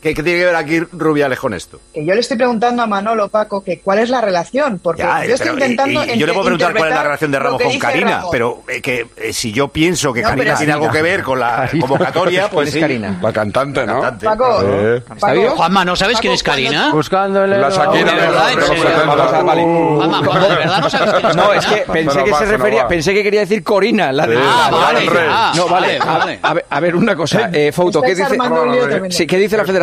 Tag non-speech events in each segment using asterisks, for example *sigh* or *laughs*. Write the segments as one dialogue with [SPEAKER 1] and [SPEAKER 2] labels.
[SPEAKER 1] ¿Qué, qué tiene que ver aquí Rubiales con esto?
[SPEAKER 2] que yo le estoy preguntando a Manolo Paco que cuál es la relación, porque
[SPEAKER 1] Ya,
[SPEAKER 2] yo estoy
[SPEAKER 1] pero- eh,
[SPEAKER 2] intentando.
[SPEAKER 1] y- y yo le puedo preguntar cuál es la relación de
[SPEAKER 2] interpretar lo
[SPEAKER 1] Ramos
[SPEAKER 2] que
[SPEAKER 1] con
[SPEAKER 2] dice
[SPEAKER 1] Karina,
[SPEAKER 2] Ramos.
[SPEAKER 1] pero eh, que eh, si yo pienso que
[SPEAKER 2] No,
[SPEAKER 1] Karina
[SPEAKER 2] pero-
[SPEAKER 1] tiene algo que ver con la
[SPEAKER 3] Karina.
[SPEAKER 1] convocatoria,
[SPEAKER 3] ¿Cuál
[SPEAKER 1] pues
[SPEAKER 3] es
[SPEAKER 1] sí.
[SPEAKER 3] Karina?
[SPEAKER 4] La cantante, ¿no?
[SPEAKER 1] Cantante.
[SPEAKER 2] Paco,
[SPEAKER 4] Eh.
[SPEAKER 2] Paco,
[SPEAKER 3] ¿Está vivo?
[SPEAKER 5] Juanma, ¿no sabes
[SPEAKER 2] Paco,
[SPEAKER 5] quién es
[SPEAKER 2] cuando
[SPEAKER 5] Karina?
[SPEAKER 3] Buscándole.
[SPEAKER 4] La Shakira
[SPEAKER 5] de verdad,
[SPEAKER 4] de los- Uh.
[SPEAKER 5] en
[SPEAKER 4] de los
[SPEAKER 5] serio.
[SPEAKER 4] 70.
[SPEAKER 3] Vale.
[SPEAKER 5] Juanma, Juanma, ¿de verdad no sabes quién es
[SPEAKER 3] No,
[SPEAKER 5] Karina?
[SPEAKER 3] es que pensé
[SPEAKER 4] no
[SPEAKER 3] que
[SPEAKER 4] va,
[SPEAKER 3] se
[SPEAKER 4] no
[SPEAKER 3] refería,
[SPEAKER 4] va.
[SPEAKER 3] pensé que quería decir Corina. la de-
[SPEAKER 5] Ah,
[SPEAKER 4] Juan
[SPEAKER 5] vale,
[SPEAKER 4] Rey.
[SPEAKER 5] ya.
[SPEAKER 3] No, vale. a-
[SPEAKER 5] vale.
[SPEAKER 3] A, ver, a ver, una cosa. Eh, Fouto, ¿qué
[SPEAKER 2] estáis
[SPEAKER 3] dice?
[SPEAKER 2] armando un lío tremendo.
[SPEAKER 3] Sí, ¿qué dice la federación?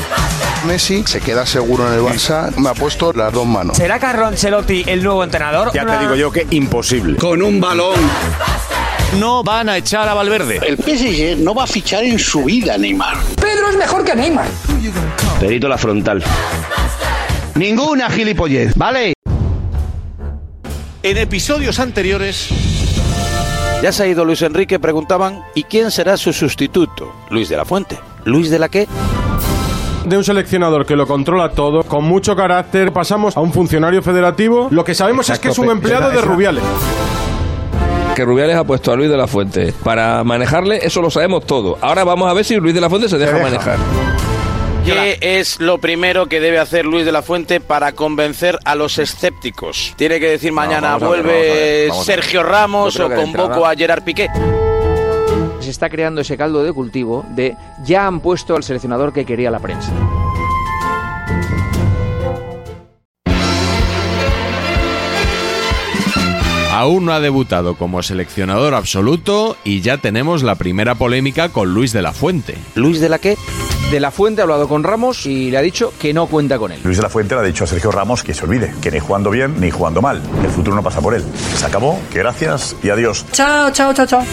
[SPEAKER 4] Messi se queda seguro en el Barça. Me ha puesto las dos manos.
[SPEAKER 3] ¿Será Carlo Ancelotti el nuevo entrenador?
[SPEAKER 1] Ya te digo yo que imposible.
[SPEAKER 6] Con un balón. No van a echar a Valverde.
[SPEAKER 5] El PSG no va a fichar en su vida, Neymar.
[SPEAKER 2] Pedro es mejor que Neymar.
[SPEAKER 7] Perito la frontal. Ninguna gilipollez, ¿vale?
[SPEAKER 6] En episodios anteriores.
[SPEAKER 7] Ya se ha ido Luis Enrique, preguntaban, ¿y quién será su sustituto? Luis de la Fuente. ¿Luis de la qué?
[SPEAKER 6] De un seleccionador que lo controla todo, con mucho carácter, pasamos a un funcionario federativo. Lo que sabemos
[SPEAKER 3] Exacto,
[SPEAKER 6] es que es un
[SPEAKER 3] pe-
[SPEAKER 6] empleado
[SPEAKER 3] esa-
[SPEAKER 6] de
[SPEAKER 3] esa-
[SPEAKER 6] Rubiales.
[SPEAKER 7] Que Rubiales ha puesto a Luis de la Fuente para manejarle, eso lo sabemos todo. Ahora vamos a ver si Luis de la Fuente se deja, manejar. ¿Qué es lo primero que debe hacer Luis de la Fuente para convencer a los escépticos? Tiene que decir mañana
[SPEAKER 4] vamos a ver,
[SPEAKER 7] vuelve
[SPEAKER 4] vamos a ver, vamos a ver.
[SPEAKER 7] Sergio Ramos
[SPEAKER 4] Yo creo
[SPEAKER 7] o
[SPEAKER 4] que de
[SPEAKER 7] convoco
[SPEAKER 4] entrada-
[SPEAKER 7] a Gerard Piqué.
[SPEAKER 3] Se está creando ese caldo de cultivo de ya han puesto al seleccionador que quería la prensa.
[SPEAKER 6] Aún no ha debutado como seleccionador absoluto y ya tenemos la primera polémica con Luis de la Fuente.
[SPEAKER 7] ¿Luis de la qué?
[SPEAKER 3] De la Fuente ha hablado con Ramos y le ha dicho que no cuenta con él.
[SPEAKER 4] Luis de la Fuente le ha dicho a Sergio Ramos que se olvide, que ni jugando bien ni jugando mal. El futuro no pasa por él. Se acabó, que gracias y adiós.
[SPEAKER 2] Chao, chao, chao, chao.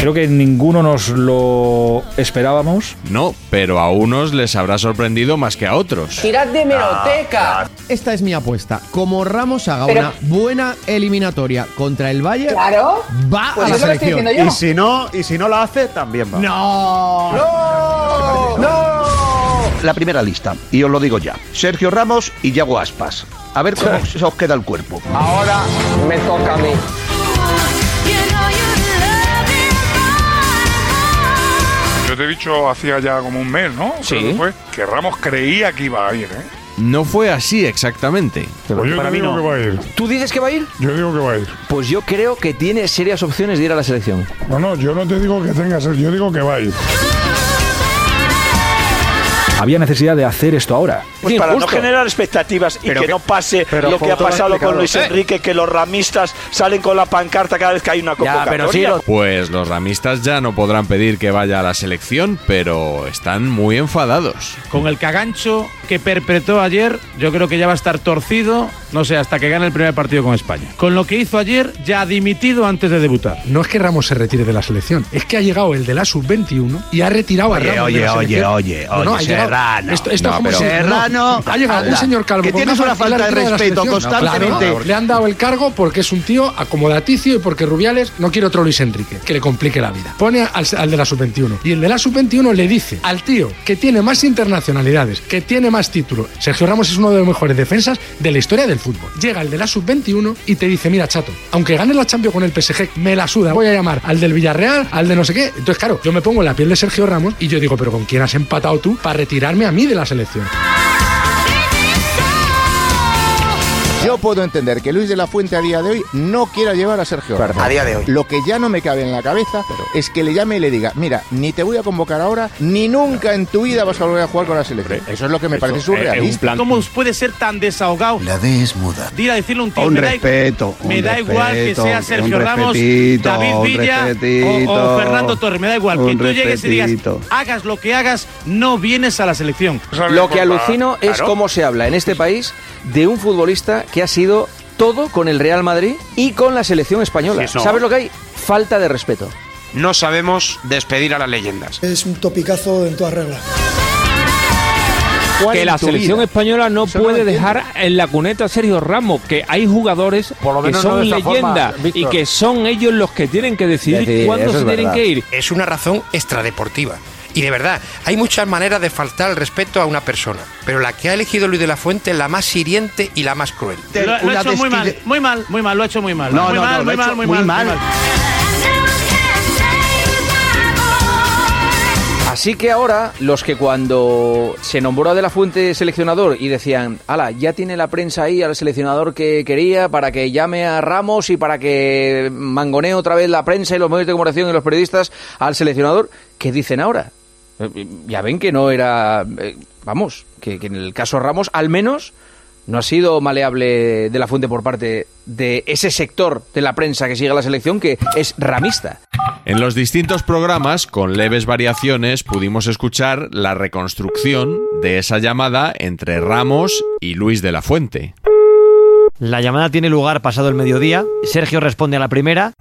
[SPEAKER 5] Creo que ninguno nos lo esperábamos.
[SPEAKER 6] No, pero a unos les habrá sorprendido más que a otros.
[SPEAKER 3] ¡Tirad
[SPEAKER 1] Ah,
[SPEAKER 3] de meroteca!
[SPEAKER 5] Esta es mi apuesta. Como Ramos haga
[SPEAKER 2] Pero-
[SPEAKER 5] una buena eliminatoria contra el Bayern,
[SPEAKER 2] Claro.
[SPEAKER 5] va
[SPEAKER 2] Pues
[SPEAKER 5] a la
[SPEAKER 2] es lo que estoy
[SPEAKER 5] selección.
[SPEAKER 2] diciendo yo.
[SPEAKER 6] si no, y si no la hace, también va.
[SPEAKER 5] ¡No!
[SPEAKER 7] La primera lista, y os lo digo ya. Sergio Ramos y Yago Aspas. A ver cómo se os queda el cuerpo.
[SPEAKER 4] Ah,
[SPEAKER 3] Ahora me toca a mí.
[SPEAKER 4] Yo te he dicho hacía ya como un mes, ¿no?
[SPEAKER 3] Sí. Creo que fue,
[SPEAKER 4] pues, que Ramos creía que iba a ir, ¿eh?
[SPEAKER 6] No fue así exactamente.
[SPEAKER 3] Para mí no.
[SPEAKER 4] va a ir.
[SPEAKER 3] ¿Tú dices que va a ir?
[SPEAKER 4] Yo digo que va a ir.
[SPEAKER 3] Pues yo creo que tiene serias opciones de ir a la selección.
[SPEAKER 4] No, no, yo no te digo que tengas, yo digo que va a ir.
[SPEAKER 5] Había necesidad de hacer esto ahora.
[SPEAKER 3] Es
[SPEAKER 7] Pues para
[SPEAKER 3] injusto.
[SPEAKER 7] no generar expectativas y que no pase lo que ha pasado con Luis
[SPEAKER 4] Eh.
[SPEAKER 7] Enrique, que los ramistas salen con la pancarta cada vez que hay una
[SPEAKER 3] Ya,
[SPEAKER 7] convocatoria.
[SPEAKER 3] pero sí, lo-
[SPEAKER 6] Pues los ramistas ya no podrán pedir que vaya a la selección, pero están muy enfadados.
[SPEAKER 5] Con el cagancho que perpetró ayer, yo creo que ya va a estar torcido, no sé, hasta que gane el primer partido con España. Con lo que hizo ayer, ya ha dimitido antes de debutar.
[SPEAKER 6] No es que Ramos se retire de la selección, es que ha llegado el de la sub-21 y ha retirado
[SPEAKER 7] Oye,
[SPEAKER 6] a Ramos.
[SPEAKER 7] oye,
[SPEAKER 6] de la
[SPEAKER 7] oye,
[SPEAKER 6] selección.
[SPEAKER 7] oye,
[SPEAKER 6] No, no,
[SPEAKER 7] oye,
[SPEAKER 6] ha llegado.
[SPEAKER 7] Serrano.
[SPEAKER 6] Esto, esto
[SPEAKER 7] No,
[SPEAKER 6] es como
[SPEAKER 7] pero-
[SPEAKER 6] si- no,
[SPEAKER 7] Serrano
[SPEAKER 8] no.
[SPEAKER 9] Ha llegado un señor calvo.
[SPEAKER 8] Que
[SPEAKER 9] con
[SPEAKER 8] tienes
[SPEAKER 9] gafas
[SPEAKER 8] una
[SPEAKER 9] y le
[SPEAKER 8] falta
[SPEAKER 9] ha
[SPEAKER 8] de
[SPEAKER 9] quitado la
[SPEAKER 8] respeto
[SPEAKER 9] expresión.
[SPEAKER 8] constantemente.
[SPEAKER 9] Claro, le han dado el cargo porque es un tío acomodaticio y porque Rubiales no quiere otro Luis Enrique que le complique la vida. Pone al, al de la sub-21 y el de la sub-21 le dice al tío que tiene más internacionalidades, que tiene más títulos. Sergio Ramos es uno de los mejores defensas de la historia del fútbol. Llega el de la sub-21 y te dice, mira chato, aunque ganes la Champions con el PSG, me la suda, voy a llamar al del Villarreal, al de no sé qué. Entonces claro, yo me pongo en la piel de Sergio Ramos y yo digo, pero ¿con quién has empatado tú para retirarme a mí de la selección?
[SPEAKER 10] Yo puedo entender que Luis de la Fuente a día de hoy no quiera llevar a Sergio Ramos.
[SPEAKER 11] A día de hoy.
[SPEAKER 10] Lo que ya no me cabe en la cabeza es que le llame y le diga, mira, ni te voy a convocar ahora, ni nunca en tu vida vas a volver a jugar con la selección. Eso es lo que me parece surrealista.
[SPEAKER 7] ¿Cómo puede ser tan desahogado?
[SPEAKER 10] La D es muda.
[SPEAKER 7] Ir a decirle a un tío,
[SPEAKER 10] Un
[SPEAKER 7] me da-
[SPEAKER 10] respeto, un
[SPEAKER 7] me da igual que
[SPEAKER 10] respeto,
[SPEAKER 7] sea
[SPEAKER 10] un
[SPEAKER 7] Sergio Ramos,
[SPEAKER 10] respetito,
[SPEAKER 7] David
[SPEAKER 10] un
[SPEAKER 7] Villa o- o,
[SPEAKER 10] respetito,
[SPEAKER 7] Fernando Torres, me da igual. Que
[SPEAKER 10] un
[SPEAKER 7] tú llegues y digas,
[SPEAKER 10] respetito.
[SPEAKER 7] hagas lo que hagas, no vienes a la selección.
[SPEAKER 3] Lo que alucino es cómo se habla en este país de un futbolista que ha sido todo con el Real Madrid y con la selección española.
[SPEAKER 12] Sí, no.
[SPEAKER 3] ¿Sabes lo que hay? Falta de respeto.
[SPEAKER 12] No sabemos despedir a las leyendas.
[SPEAKER 13] Es un topicazo en todas reglas.
[SPEAKER 14] que la selección española no puede dejar en la cuneta a Sergio Ramos, que hay jugadores que
[SPEAKER 15] menos no
[SPEAKER 14] son
[SPEAKER 15] de esa
[SPEAKER 14] leyenda
[SPEAKER 15] forma,
[SPEAKER 14] y
[SPEAKER 15] Víctor.
[SPEAKER 14] que son ellos los que tienen que decidir cuándo se tienen que ir.
[SPEAKER 15] Es una razón extradeportiva. Y de verdad, hay muchas maneras de faltar el respeto a una persona, pero la que ha elegido Luis de la Fuente es la más hiriente y la más cruel.
[SPEAKER 7] Lo, lo ha hecho muy mal, muy mal, muy mal, lo ha hecho muy mal.
[SPEAKER 15] No,
[SPEAKER 7] muy
[SPEAKER 15] no,
[SPEAKER 7] mal,
[SPEAKER 15] no, lo
[SPEAKER 7] muy
[SPEAKER 15] ha
[SPEAKER 7] mal,
[SPEAKER 15] hecho
[SPEAKER 7] muy
[SPEAKER 15] muy
[SPEAKER 7] mal, muy
[SPEAKER 15] mal.
[SPEAKER 7] mal.
[SPEAKER 3] Así que ahora, los que cuando se nombró a De La Fuente seleccionador y decían, ala, ya tiene la prensa ahí al seleccionador que quería para que llame a Ramos y para que mangonee otra vez la prensa y los medios de comunicación y los periodistas al seleccionador, ¿qué dicen ahora? Eh, Ya ven que no era. eh, Vamos, que, que en el caso Ramos, al menos. No ha sido maleable de la fuente por parte de ese sector de la prensa que sigue a la selección que es ramista.
[SPEAKER 6] En los distintos programas, con leves variaciones, pudimos escuchar la reconstrucción de esa llamada entre Ramos y Luis de la Fuente.
[SPEAKER 1] La llamada tiene lugar pasado el mediodía. Sergio responde a la primera.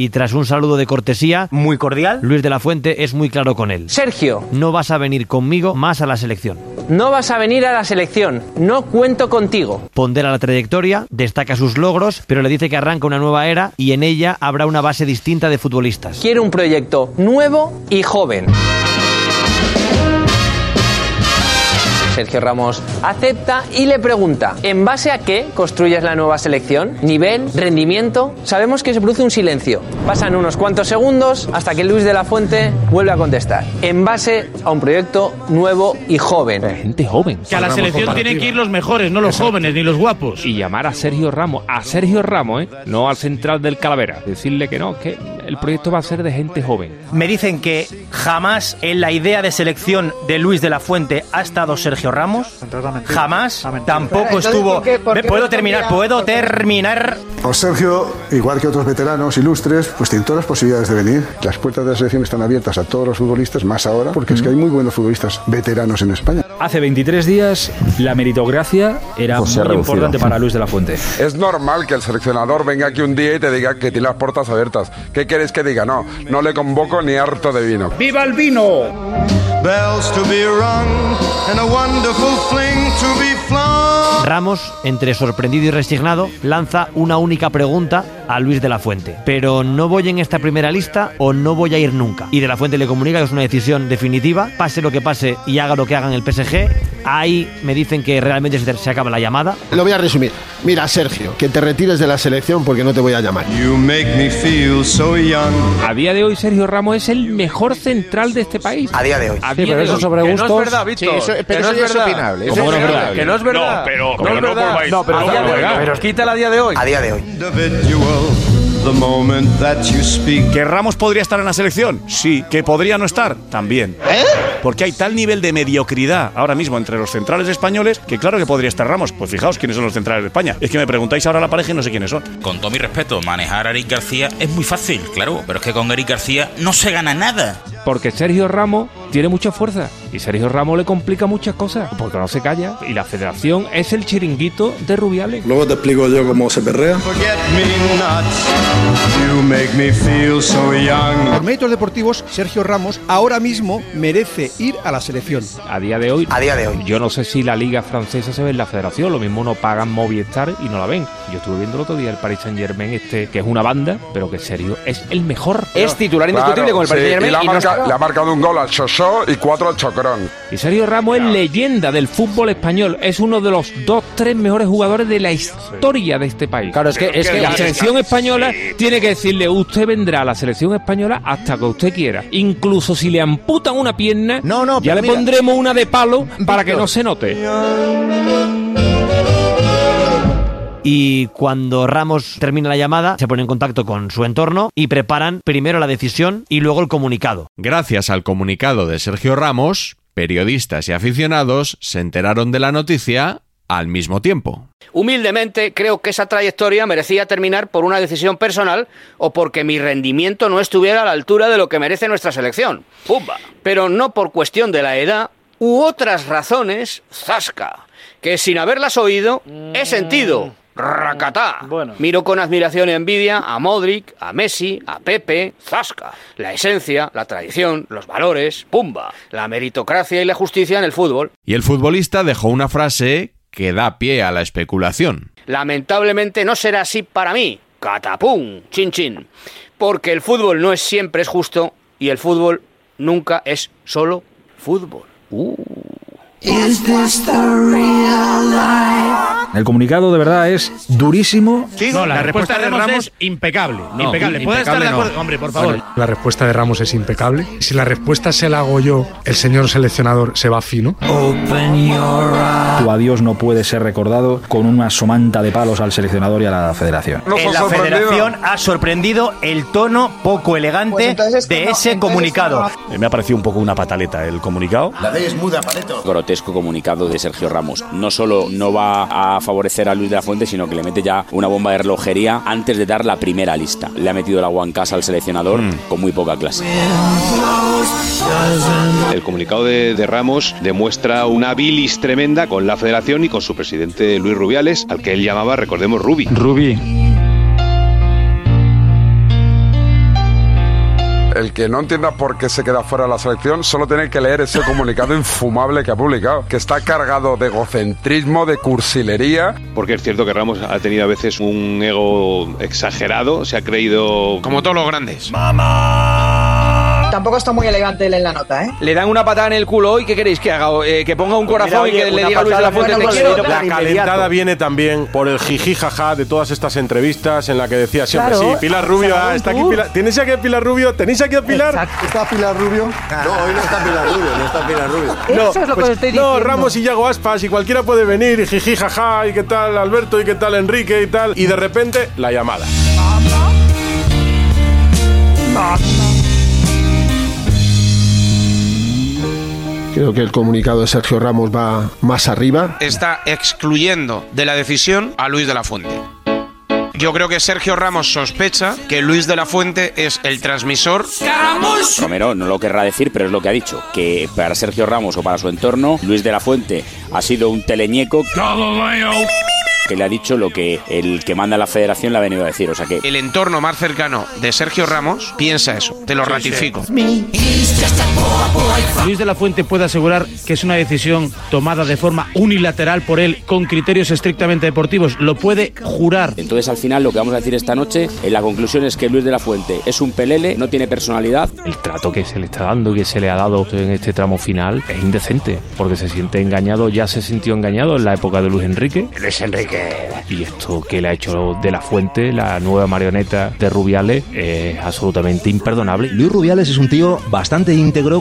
[SPEAKER 1] Y tras un saludo de cortesía, muy cordial, Luis de la Fuente es muy claro con él.
[SPEAKER 16] Sergio.
[SPEAKER 1] No vas a venir conmigo más a la selección.
[SPEAKER 16] No vas a venir a la selección, no cuento contigo.
[SPEAKER 1] Pondera la trayectoria, destaca sus logros, pero le dice que arranca una nueva era y en ella habrá una base distinta de futbolistas.
[SPEAKER 16] Quiero un proyecto nuevo y joven. Sergio Ramos acepta y le pregunta, ¿en base a qué construyes la nueva selección? ¿Nivel? ¿Rendimiento? Sabemos que se produce un silencio. Pasan unos cuantos segundos hasta que Luis de la Fuente vuelve a contestar. En base a un proyecto nuevo y joven. Gente joven.
[SPEAKER 7] Que a la selección tienen que ir los mejores, no los jóvenes ni los guapos.
[SPEAKER 14] Y llamar a Sergio Ramos, a Sergio Ramos, ¿eh? no al central del Calavera. Decirle que no, que el proyecto va a ser de gente joven.
[SPEAKER 17] Me dicen que jamás en la idea de selección de Luis de la Fuente ha estado Sergio Ramos. Jamás. Tampoco
[SPEAKER 18] Entonces,
[SPEAKER 17] estuvo.
[SPEAKER 18] ¿por qué- por
[SPEAKER 17] ¿Me
[SPEAKER 18] qué
[SPEAKER 17] puedo
[SPEAKER 18] respondía-
[SPEAKER 17] terminar,
[SPEAKER 2] Pues
[SPEAKER 17] puedo terminar.
[SPEAKER 19] Pues Sergio, igual que otros veteranos ilustres, pues tiene todas las posibilidades de venir. Las puertas de la selección están abiertas a todos los futbolistas, más ahora, porque es que hay muy buenos futbolistas veteranos en España.
[SPEAKER 20] Hace 23 días la meritocracia era
[SPEAKER 19] Pues se ha
[SPEAKER 20] muy
[SPEAKER 19] reducido.
[SPEAKER 20] importante para Luis de la Fuente.
[SPEAKER 21] Es normal que el seleccionador venga aquí un día y te diga que tiene las puertas abiertas. ¿Qué quieres que diga? No, no le convoco ni harto de vino.
[SPEAKER 22] ¡Viva el vino! Bells to be rung and a wonderful fling to be flung.
[SPEAKER 1] Ramos, entre sorprendido y resignado, lanza una única pregunta a Luis de la Fuente. Pero no voy en esta primera lista o no voy a ir nunca. Y de la Fuente le comunica que es una decisión definitiva. Pase lo que pase y haga lo que haga en el PSG. Ahí me dicen que realmente se, se acaba la llamada.
[SPEAKER 23] Lo voy a resumir. Mira, Sergio, que te retires de la selección porque no te voy a llamar.
[SPEAKER 20] A día de hoy Sergio Ramos es el mejor central de este país. A día de hoy.
[SPEAKER 23] Sí, pero eso sobre
[SPEAKER 20] Que no
[SPEAKER 23] gustos-
[SPEAKER 20] es verdad, Víctor.
[SPEAKER 23] Sí, eso- pero
[SPEAKER 20] Que no
[SPEAKER 23] eso
[SPEAKER 20] es
[SPEAKER 23] ya es
[SPEAKER 20] verdad.
[SPEAKER 23] opinable, eso
[SPEAKER 20] ¿Cómo
[SPEAKER 23] es
[SPEAKER 20] no es
[SPEAKER 23] opinable.
[SPEAKER 20] verdad? Que no es verdad.
[SPEAKER 23] No, pero-
[SPEAKER 20] no,
[SPEAKER 23] pero
[SPEAKER 20] es
[SPEAKER 23] no
[SPEAKER 20] verdad.
[SPEAKER 23] volváis
[SPEAKER 20] No, pero
[SPEAKER 23] a
[SPEAKER 20] a día de hoy.
[SPEAKER 23] jugar.
[SPEAKER 20] Pero os quita la día de hoy.
[SPEAKER 19] A día de hoy.
[SPEAKER 24] ¿Que Ramos podría estar en la selección? Sí. ¿Que podría no estar? También. Porque hay tal nivel de mediocridad ahora mismo entre los centrales españoles que claro que podría estar Ramos. Pues fijaos quiénes son los centrales de España. Es que me preguntáis ahora la pareja y no sé quiénes son.
[SPEAKER 25] Con todo mi respeto, manejar a Eric García es muy fácil, claro, pero es que con Eric García no se gana nada.
[SPEAKER 20] Porque Sergio Ramos tiene mucha fuerza.
[SPEAKER 14] Y Sergio Ramos le complica muchas cosas, porque no se calla. Y la federación es el chiringuito de Rubiales.
[SPEAKER 13] Luego te explico yo cómo se perrea.
[SPEAKER 26] Por méritos deportivos, Sergio Ramos ahora mismo merece ir a la selección.
[SPEAKER 14] A día de hoy. A día de hoy. Yo no sé si la liga francesa se ve en la federación. Lo mismo no pagan Movistar y no la ven. Yo estuve viendo el otro día el Paris Saint Germain, este, que es una banda, pero que Sergio es el mejor.
[SPEAKER 3] Es titular
[SPEAKER 21] Claro,
[SPEAKER 3] indiscutible con el Paris
[SPEAKER 21] sí,
[SPEAKER 3] Saint
[SPEAKER 21] y le,
[SPEAKER 3] Germain.
[SPEAKER 21] ha
[SPEAKER 3] y no
[SPEAKER 21] marca-
[SPEAKER 3] está.
[SPEAKER 21] le ha marcado un gol al Chosó y cuatro al Chocrón.
[SPEAKER 14] Y Sergio Ramos es leyenda del fútbol español. Es uno de los dos, tres mejores jugadores de la historia de este país. Claro,
[SPEAKER 3] es que- es que-
[SPEAKER 14] la selección española tiene que decirle: Usted vendrá a la selección española hasta que usted quiera. Incluso si le amputan una pierna, ya
[SPEAKER 26] pero
[SPEAKER 14] le
[SPEAKER 26] mira-
[SPEAKER 14] pondremos una de palo para que
[SPEAKER 26] Víctor.
[SPEAKER 14] no se note.
[SPEAKER 1] Y cuando Ramos termina la llamada, se pone en contacto con su entorno y preparan primero la decisión y luego el comunicado.
[SPEAKER 6] Gracias al comunicado de Sergio Ramos, periodistas y aficionados se enteraron de la noticia al mismo tiempo.
[SPEAKER 2] Humildemente, creo que esa trayectoria merecía terminar por una decisión personal o porque mi rendimiento no estuviera a la altura de lo que merece nuestra selección. ¡Pumba! Pero no por cuestión de la edad u otras razones, zasca, que sin haberlas oído he sentido. Racatá. Miro con admiración y envidia a Modric, a Messi, a Pepe, Zasca. La esencia, la tradición, los valores, pumba. La meritocracia y la justicia en el fútbol.
[SPEAKER 6] Y el futbolista dejó una frase que da pie a la especulación.
[SPEAKER 2] Lamentablemente no será así para mí. Catapum, chin chin. Porque el fútbol no es siempre es justo y el fútbol nunca es solo fútbol. Is this the real life?
[SPEAKER 5] El comunicado de verdad es durísimo.
[SPEAKER 7] No, la, respuesta, de Ramos, es impecable. impecable. Puedes estar de
[SPEAKER 5] impecable no.
[SPEAKER 7] acuerdo. Hombre, por favor.
[SPEAKER 9] Bueno, la respuesta de Ramos es impecable. Si la respuesta se la hago yo, el señor seleccionador se va fino.
[SPEAKER 5] Tu adiós no puede ser recordado con una somanta de palos al seleccionador y a la federación.
[SPEAKER 2] En la
[SPEAKER 5] federación
[SPEAKER 2] ha sorprendido el tono poco elegante de ese comunicado.
[SPEAKER 27] Eh, Me ha parecido un poco una pataleta el comunicado.
[SPEAKER 28] La D es muda, paleto. Grotesco comunicado de Sergio Ramos. No solo no va a favorecer a Luis de la Fuente, sino que le mete ya una bomba de relojería antes de dar la primera lista. Le ha metido la guancasa al seleccionador
[SPEAKER 27] Mm.
[SPEAKER 28] con muy poca clase. El comunicado de, de Ramos demuestra una bilis tremenda con la federación y con su presidente Luis Rubiales, al que él llamaba, recordemos, Rubi.
[SPEAKER 5] Rubí.
[SPEAKER 21] El que no entienda por qué se queda fuera de la selección solo tiene que leer ese comunicado infumable que ha publicado, que está cargado de egocentrismo, de cursilería.
[SPEAKER 28] Porque es cierto que Ramos ha tenido a veces un ego exagerado, se ha creído... Como todos los grandes.
[SPEAKER 18] Tampoco está muy elegante él en la nota, ¿eh?
[SPEAKER 3] Le dan una patada en el culo hoy, ¿qué queréis que haga? Eh, que ponga un
[SPEAKER 29] Pues mira,
[SPEAKER 3] corazón y
[SPEAKER 29] oye,
[SPEAKER 3] que
[SPEAKER 29] una
[SPEAKER 3] le diga a Luis de la
[SPEAKER 29] patada
[SPEAKER 3] Fuente,
[SPEAKER 29] buena
[SPEAKER 3] te
[SPEAKER 29] con
[SPEAKER 3] quiero.
[SPEAKER 29] el dedo. La calentada
[SPEAKER 3] Inmediato.
[SPEAKER 29] viene también por el jiji jaja de todas estas entrevistas en la que decía siempre,
[SPEAKER 3] Claro.
[SPEAKER 29] sí, Pilar Rubio, ah, está aquí Pilar, ¿tenéis aquí a Pilar Rubio? ¿Tenéis aquí a Pilar?
[SPEAKER 23] ¿Está Pilar Rubio?
[SPEAKER 29] No, hoy no está Pilar Rubio, no está Pilar Rubio.
[SPEAKER 5] Eso es lo que os
[SPEAKER 29] No,
[SPEAKER 5] estoy diciendo.
[SPEAKER 29] Ramos y Yago Aspas y cualquiera puede venir y jiji jaja y qué tal Alberto y qué tal Enrique y tal y de repente la llamada.
[SPEAKER 23] Creo que el comunicado de Sergio Ramos va más arriba.
[SPEAKER 12] Está excluyendo de la decisión a Luis de la Fuente. Yo creo que Sergio Ramos sospecha que Luis de la Fuente es el transmisor.
[SPEAKER 27] Romero no lo querrá decir, pero es lo que ha dicho, que para Sergio Ramos o para su entorno, Luis de la Fuente ha sido un teleñeco que le ha dicho lo que eh, el que manda la federación le ha venido a decir. O sea que
[SPEAKER 12] El entorno más cercano de Sergio Ramos piensa eso. Te lo ratifico.
[SPEAKER 7] Luis de la Fuente puede asegurar que es una decisión tomada de forma unilateral por él con criterios estrictamente deportivos. Lo puede jurar.
[SPEAKER 27] Entonces al final lo que vamos a decir esta noche, en la conclusión es que Luis de la Fuente es un pelele, no tiene personalidad.
[SPEAKER 14] El trato que se le está dando, que se le ha dado en este tramo final, es indecente, porque se siente engañado, ya se sintió engañado en la época de Luis Enrique.
[SPEAKER 2] Luis Enrique.
[SPEAKER 14] Y esto que le ha hecho de la fuente, la nueva marioneta de Rubiales, es absolutamente imperdonable.
[SPEAKER 5] Luis Rubiales es un tío bastante íntegro.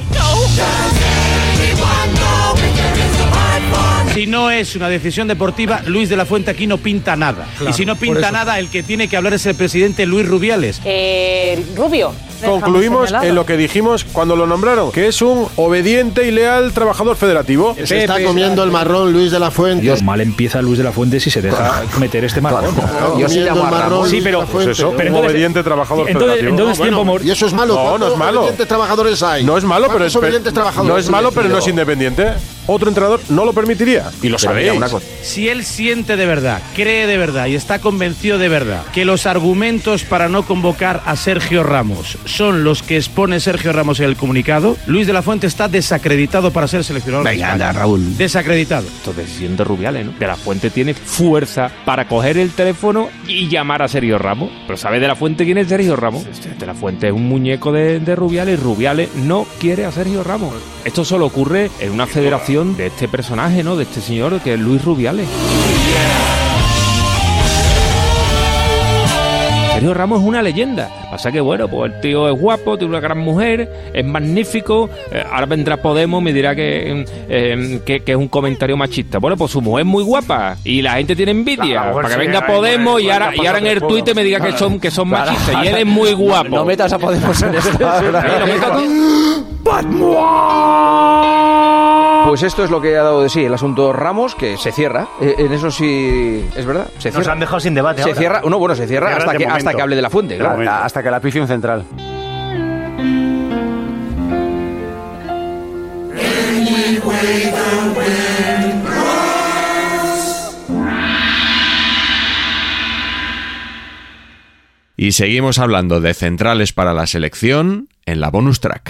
[SPEAKER 7] Si no es una decisión deportiva, Luis de la Fuente aquí no pinta nada.
[SPEAKER 5] Claro,
[SPEAKER 7] y si no
[SPEAKER 5] por
[SPEAKER 7] pinta
[SPEAKER 5] eso.
[SPEAKER 7] nada, el que tiene que hablar es el presidente Luis Rubiales.
[SPEAKER 30] Eh, Rubio, Dejamos
[SPEAKER 29] concluimos
[SPEAKER 5] Ah,
[SPEAKER 30] señalado.
[SPEAKER 29] en lo que dijimos cuando lo nombraron, que es un obediente y leal trabajador federativo.
[SPEAKER 23] Se está comiendo el marrón Luis de la Fuente.
[SPEAKER 5] Dios, mal empieza Luis de la Fuente si se deja meter este marrón.
[SPEAKER 23] Claro, Yo sí comiendo llamo a el marrón Ramos.
[SPEAKER 5] Sí,
[SPEAKER 23] Luis
[SPEAKER 5] pero,
[SPEAKER 23] de la Fuente.
[SPEAKER 29] Eso, un obediente trabajador
[SPEAKER 5] entonces-
[SPEAKER 29] federativo.
[SPEAKER 5] entonces tiempo mor-
[SPEAKER 23] Y eso es malo.
[SPEAKER 29] No, no
[SPEAKER 23] ¿Cuántos
[SPEAKER 29] es malo.
[SPEAKER 23] obedientes trabajadores hay?
[SPEAKER 29] No es malo, pero
[SPEAKER 23] ¿Cuántos
[SPEAKER 29] es
[SPEAKER 23] obedientes trabajadores
[SPEAKER 29] no es malo, pero no es
[SPEAKER 23] elegido?
[SPEAKER 29] independiente. Otro entrenador no lo permitiría. Y lo sabéis.
[SPEAKER 7] Si él siente de verdad, cree de verdad y está convencido de verdad que los argumentos para no convocar a Sergio Ramos son los que expone Sergio Ramos en el comunicado, Luis de la Fuente está desacreditado para ser seleccionador. de
[SPEAKER 14] Venga,
[SPEAKER 7] España.
[SPEAKER 14] anda, Raúl.
[SPEAKER 7] Desacreditado.
[SPEAKER 14] Esto es decisión de Rubiales, ¿no? De la Fuente tiene fuerza para coger el teléfono y llamar a Sergio Ramos. Pero ¿sabe de la Fuente quién es Sergio Ramos? Este De la Fuente es un muñeco de, de Rubiales. Rubiales no quiere a Sergio Ramos. Esto solo ocurre en una federación de este personaje, ¿no? De este señor que es Luis Rubiales. Sergio Ramos es una leyenda. Pasa que, bueno, pues el tío es guapo, tiene una gran mujer, es magnífico. eh, ahora vendrá Podemos y me dirá que, eh, que, que es un comentario machista. Bueno, pues su mujer es muy guapa y la gente tiene envidia.
[SPEAKER 3] La mujer
[SPEAKER 14] para que
[SPEAKER 3] sí,
[SPEAKER 14] venga
[SPEAKER 3] ay,
[SPEAKER 14] Podemos
[SPEAKER 3] madre,
[SPEAKER 14] y ahora,
[SPEAKER 3] cuánta
[SPEAKER 14] y ahora en el
[SPEAKER 3] pasada
[SPEAKER 14] Twitter me diga que
[SPEAKER 3] Claro.
[SPEAKER 14] son, que son
[SPEAKER 3] Claro.
[SPEAKER 14] machistas. Y él es muy guapo.
[SPEAKER 3] No metas a Podemos en esto. Pues esto es lo que ha dado de sí el asunto Ramos, que se cierra. Eh, en eso sí es verdad. Se
[SPEAKER 31] Nos
[SPEAKER 3] cierra.
[SPEAKER 31] han dejado sin debate.
[SPEAKER 3] Se
[SPEAKER 31] ahora.
[SPEAKER 3] cierra. No, bueno, se cierra
[SPEAKER 31] Cierra
[SPEAKER 3] hasta
[SPEAKER 31] de
[SPEAKER 3] que, hasta
[SPEAKER 31] momento.
[SPEAKER 3] que hable de la fuente.
[SPEAKER 31] De
[SPEAKER 3] claro.
[SPEAKER 31] momento. hasta que la pifia un central.
[SPEAKER 6] Y seguimos hablando de centrales para la selección en la bonus track.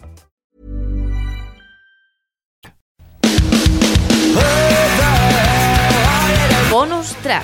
[SPEAKER 10] Bonus track.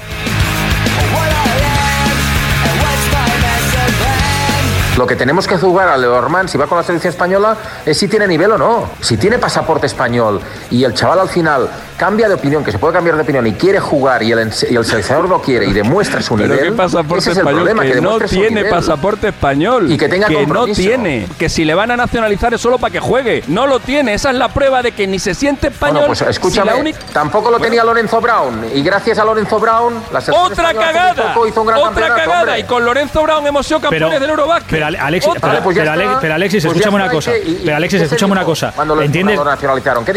[SPEAKER 11] Lo que tenemos que jugar a Leorman, si va con la selección española, es si tiene nivel o no. Si tiene pasaporte español y el chaval al final cambia de opinión, que se puede cambiar de opinión y quiere jugar y el, ense- y el seleccionador no quiere y demuestra su
[SPEAKER 15] *laughs* Pero
[SPEAKER 11] nivel.
[SPEAKER 15] qué pasaporte
[SPEAKER 11] ese es el
[SPEAKER 15] español,
[SPEAKER 11] problema,
[SPEAKER 15] que, no
[SPEAKER 11] demuestre su
[SPEAKER 15] tiene
[SPEAKER 11] nivel.
[SPEAKER 15] pasaporte español.
[SPEAKER 11] Y que tenga
[SPEAKER 15] no
[SPEAKER 11] compromiso.
[SPEAKER 15] tiene. Que si le van a nacionalizar es solo para que juegue. No lo tiene. Esa es la prueba de que ni se siente español.
[SPEAKER 11] Bueno, pues
[SPEAKER 15] si
[SPEAKER 11] escúchame,
[SPEAKER 15] la única-
[SPEAKER 11] tampoco lo tenía Lorenzo Brown y gracias a Lorenzo Brown la selección
[SPEAKER 15] Otra
[SPEAKER 11] española hace muy
[SPEAKER 15] cagada.
[SPEAKER 11] poco hizo un gran
[SPEAKER 15] Otra
[SPEAKER 11] campeonato,
[SPEAKER 15] cagada.
[SPEAKER 11] hombre.
[SPEAKER 15] Y con Lorenzo Brown hemos sido campeones del Eurobasket.
[SPEAKER 5] Pero, Ale- Alexis,
[SPEAKER 15] Otra. pues
[SPEAKER 5] pero, pero Ale- pero Alexis, escúchame una cosa. pero
[SPEAKER 15] este
[SPEAKER 5] Alexis, escúchame una cosa. ¿Entiendes?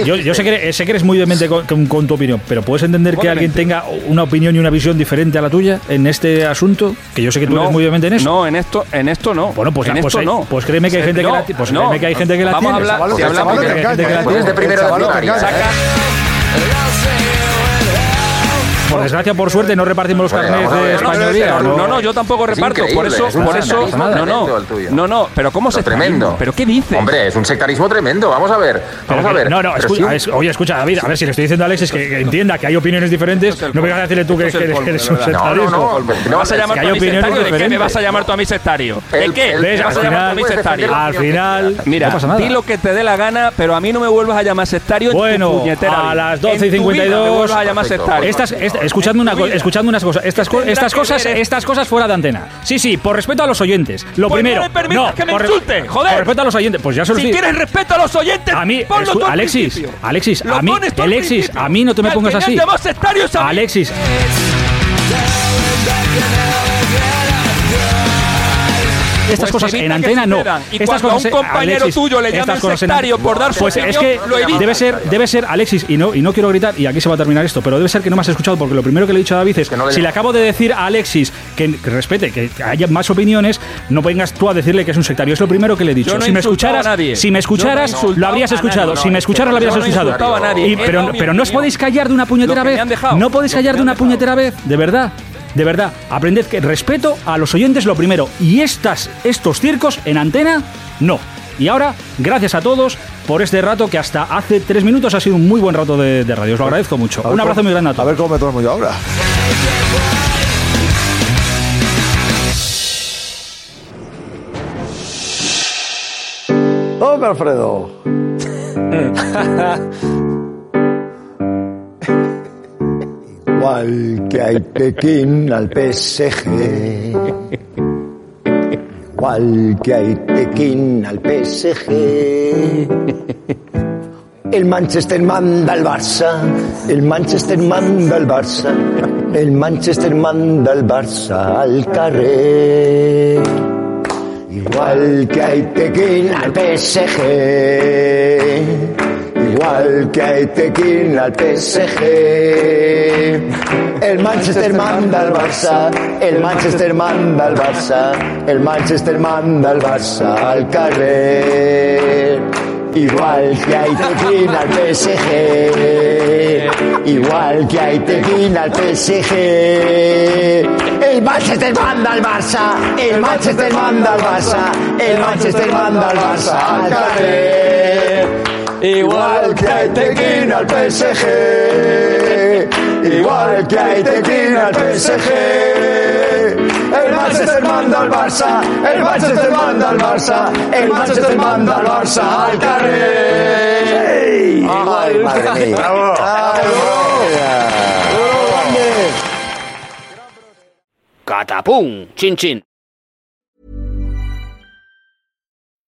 [SPEAKER 5] Yo, yo sé, que eres, sé que eres muy demente con, con- con tu opinión, pero ¿puedes entender que alguien tenga una opinión y una visión diferente a la tuya en este asunto? Que yo sé que tú
[SPEAKER 15] No,
[SPEAKER 5] eres muy demente en eso.
[SPEAKER 15] No, en esto, en esto no.
[SPEAKER 5] Bueno, pues,
[SPEAKER 15] en
[SPEAKER 5] pues,
[SPEAKER 15] esto
[SPEAKER 5] hay-
[SPEAKER 15] no.
[SPEAKER 5] pues créeme que hay
[SPEAKER 15] Se-
[SPEAKER 5] gente que
[SPEAKER 15] no,
[SPEAKER 5] la ti- pues
[SPEAKER 15] no.
[SPEAKER 5] créeme que hay gente que la
[SPEAKER 15] Vamos
[SPEAKER 5] tiene.
[SPEAKER 15] a hablar,
[SPEAKER 5] Pues
[SPEAKER 15] si
[SPEAKER 5] el
[SPEAKER 15] hablamos
[SPEAKER 5] chaval
[SPEAKER 15] de
[SPEAKER 5] te
[SPEAKER 15] que-
[SPEAKER 5] engaña,
[SPEAKER 15] de que la
[SPEAKER 5] pues
[SPEAKER 15] tiene.
[SPEAKER 5] es de primero de primaria, ¿eh?
[SPEAKER 15] Saca-
[SPEAKER 5] Por desgracia, por suerte, no repartimos los carnets de
[SPEAKER 15] No, no,
[SPEAKER 5] españolía.
[SPEAKER 15] no, no, no, yo tampoco reparto. Por eso, por eso, no, no. No, no, pero ¿cómo se
[SPEAKER 11] tremendo.
[SPEAKER 15] ¿Pero qué dices?
[SPEAKER 11] Hombre, es un sectarismo tremendo. Vamos a ver. Vamos
[SPEAKER 5] Pero
[SPEAKER 11] a
[SPEAKER 5] que-
[SPEAKER 11] ver.
[SPEAKER 5] No, no,
[SPEAKER 11] Pero
[SPEAKER 5] escucha,
[SPEAKER 11] sí.
[SPEAKER 5] a ver, oye, escucha, David, a ver si le estoy diciendo a
[SPEAKER 15] *laughs*
[SPEAKER 5] Alexis que, que entienda que hay opiniones diferentes. no vengas a decirle tú que,
[SPEAKER 15] Esto es el
[SPEAKER 5] que- que eres
[SPEAKER 15] colmo,
[SPEAKER 5] un
[SPEAKER 15] de verdad.
[SPEAKER 5] sectarismo.
[SPEAKER 15] ¿Me vas a llamar tú
[SPEAKER 5] Que hay
[SPEAKER 15] a mí
[SPEAKER 5] opiniones
[SPEAKER 15] sectario? ¿De qué me
[SPEAKER 5] diferentes.
[SPEAKER 15] vas a llamar tú a mí sectario? ¿De
[SPEAKER 5] El-
[SPEAKER 15] qué?
[SPEAKER 5] el-
[SPEAKER 15] ¿Me
[SPEAKER 5] el-
[SPEAKER 15] vas a
[SPEAKER 5] al
[SPEAKER 15] llamar tú a mí
[SPEAKER 5] final-
[SPEAKER 15] sectario?
[SPEAKER 5] al final- no
[SPEAKER 15] Mira,
[SPEAKER 5] pasa nada.
[SPEAKER 15] di lo que te dé la gana, pero a mí no me vuelvas a llamar sectario en tu
[SPEAKER 5] Bueno,
[SPEAKER 15] puñetera vida.
[SPEAKER 5] a las
[SPEAKER 15] En tu
[SPEAKER 5] 12
[SPEAKER 15] vida
[SPEAKER 5] y
[SPEAKER 15] me
[SPEAKER 5] 52.
[SPEAKER 15] vuelvas a llamar sectario.
[SPEAKER 5] Estas, est- escuchando, una co- escuchando unas cosas. Estas, co-
[SPEAKER 15] Tendrá
[SPEAKER 5] estas
[SPEAKER 15] que
[SPEAKER 5] cosas,
[SPEAKER 15] ver esto.
[SPEAKER 5] estas cosas fuera de antena. Sí, sí, por respeto a los oyentes. Lo
[SPEAKER 15] Pues no
[SPEAKER 5] primero.
[SPEAKER 15] le permitas que me
[SPEAKER 5] por re-
[SPEAKER 15] insulte, joder.
[SPEAKER 5] Por respeto a los oyentes. Pues ya se lo
[SPEAKER 15] Si
[SPEAKER 5] estoy-
[SPEAKER 15] quieres respeto a los oyentes,
[SPEAKER 5] a mí,
[SPEAKER 15] ponlo
[SPEAKER 5] escu-
[SPEAKER 15] tú al
[SPEAKER 5] Alexis,
[SPEAKER 15] principio.
[SPEAKER 5] Alexis,
[SPEAKER 15] Lo
[SPEAKER 5] a mí,
[SPEAKER 15] pones tú al
[SPEAKER 5] Alexis,
[SPEAKER 15] principio.
[SPEAKER 5] a mí no te me
[SPEAKER 15] Al
[SPEAKER 5] pongas
[SPEAKER 15] final
[SPEAKER 5] así.
[SPEAKER 15] llamas sectario a mí.
[SPEAKER 5] Alexis, Estas
[SPEAKER 15] Pues
[SPEAKER 5] cosas
[SPEAKER 15] evita
[SPEAKER 5] en
[SPEAKER 15] que
[SPEAKER 5] antena no.
[SPEAKER 15] sucedan. Y
[SPEAKER 5] Estas
[SPEAKER 15] cuando a un
[SPEAKER 5] eh,
[SPEAKER 15] compañero tuyo le
[SPEAKER 5] estas
[SPEAKER 15] llamen
[SPEAKER 5] cosas en-
[SPEAKER 15] sectario por dar su
[SPEAKER 5] Pues es que
[SPEAKER 15] opinión, lo evita.
[SPEAKER 5] debe ser, debe ser Alexis y no y no quiero gritar y aquí se va a terminar esto, pero debe ser que no me has escuchado porque lo primero que le he dicho a David es
[SPEAKER 11] le
[SPEAKER 5] si le
[SPEAKER 11] llamas.
[SPEAKER 5] acabo de decir a Alexis que, que respete, que haya más opiniones, no vengas tú a decirle que es un sectario. Es lo primero que le he dicho.
[SPEAKER 15] Yo no he
[SPEAKER 5] si me
[SPEAKER 15] insultado
[SPEAKER 5] escucharas,
[SPEAKER 15] a nadie.
[SPEAKER 5] si me escucharas,
[SPEAKER 15] Yo no he
[SPEAKER 5] lo habrías
[SPEAKER 15] insultado a
[SPEAKER 5] escuchado.
[SPEAKER 15] nadie.
[SPEAKER 5] Si me escucharas, lo habrías
[SPEAKER 15] Yo no he
[SPEAKER 5] escuchado.
[SPEAKER 15] insultado a nadie.
[SPEAKER 5] Y-
[SPEAKER 15] He
[SPEAKER 5] pero
[SPEAKER 15] dado mi
[SPEAKER 5] pero no os
[SPEAKER 15] opinión.
[SPEAKER 5] podéis callar de una puñetera
[SPEAKER 15] Lo que me
[SPEAKER 5] vez.
[SPEAKER 15] han dejado.
[SPEAKER 5] No podéis
[SPEAKER 15] Lo que
[SPEAKER 5] callar
[SPEAKER 15] me
[SPEAKER 5] de
[SPEAKER 15] han
[SPEAKER 5] una puñetera vez, de verdad. De verdad, aprended que respeto a los oyentes lo primero y estas estos circos en antena no. Y ahora, gracias a todos por este rato que hasta hace tres minutos ha sido un muy buen rato de, de radio. Os lo agradezco mucho. Un abrazo muy grande a todos. A ver cómo me tomo yo ahora.
[SPEAKER 30] que Alfredo. Igual que al Pekín, al PSG. Igual que al Pekín, al PSG. El Manchester manda al Barça, el Manchester manda al Barça, el Manchester manda al Barça al carré. Igual que hay Tequín al PSG, igual que hay Tequín al PSG. El Manchester manda al Barça, el Manchester manda al Barça, el Manchester manda al Barça al carré. Igual que hay tequila al PSG. Igual que hay tequila al PSG. El Manchester manda al Barça. El Manchester manda al Barça. El Manchester manda al Barça. al carrer. Igual que hay tequila al PSG. Igual que hay tequila al PSG. El Manchester manda al Barça, el Manchester manda al Barça, el Manchester manda al Barça al carrer. Ay, madre mía. Bravo.
[SPEAKER 2] Catapum, chin chin.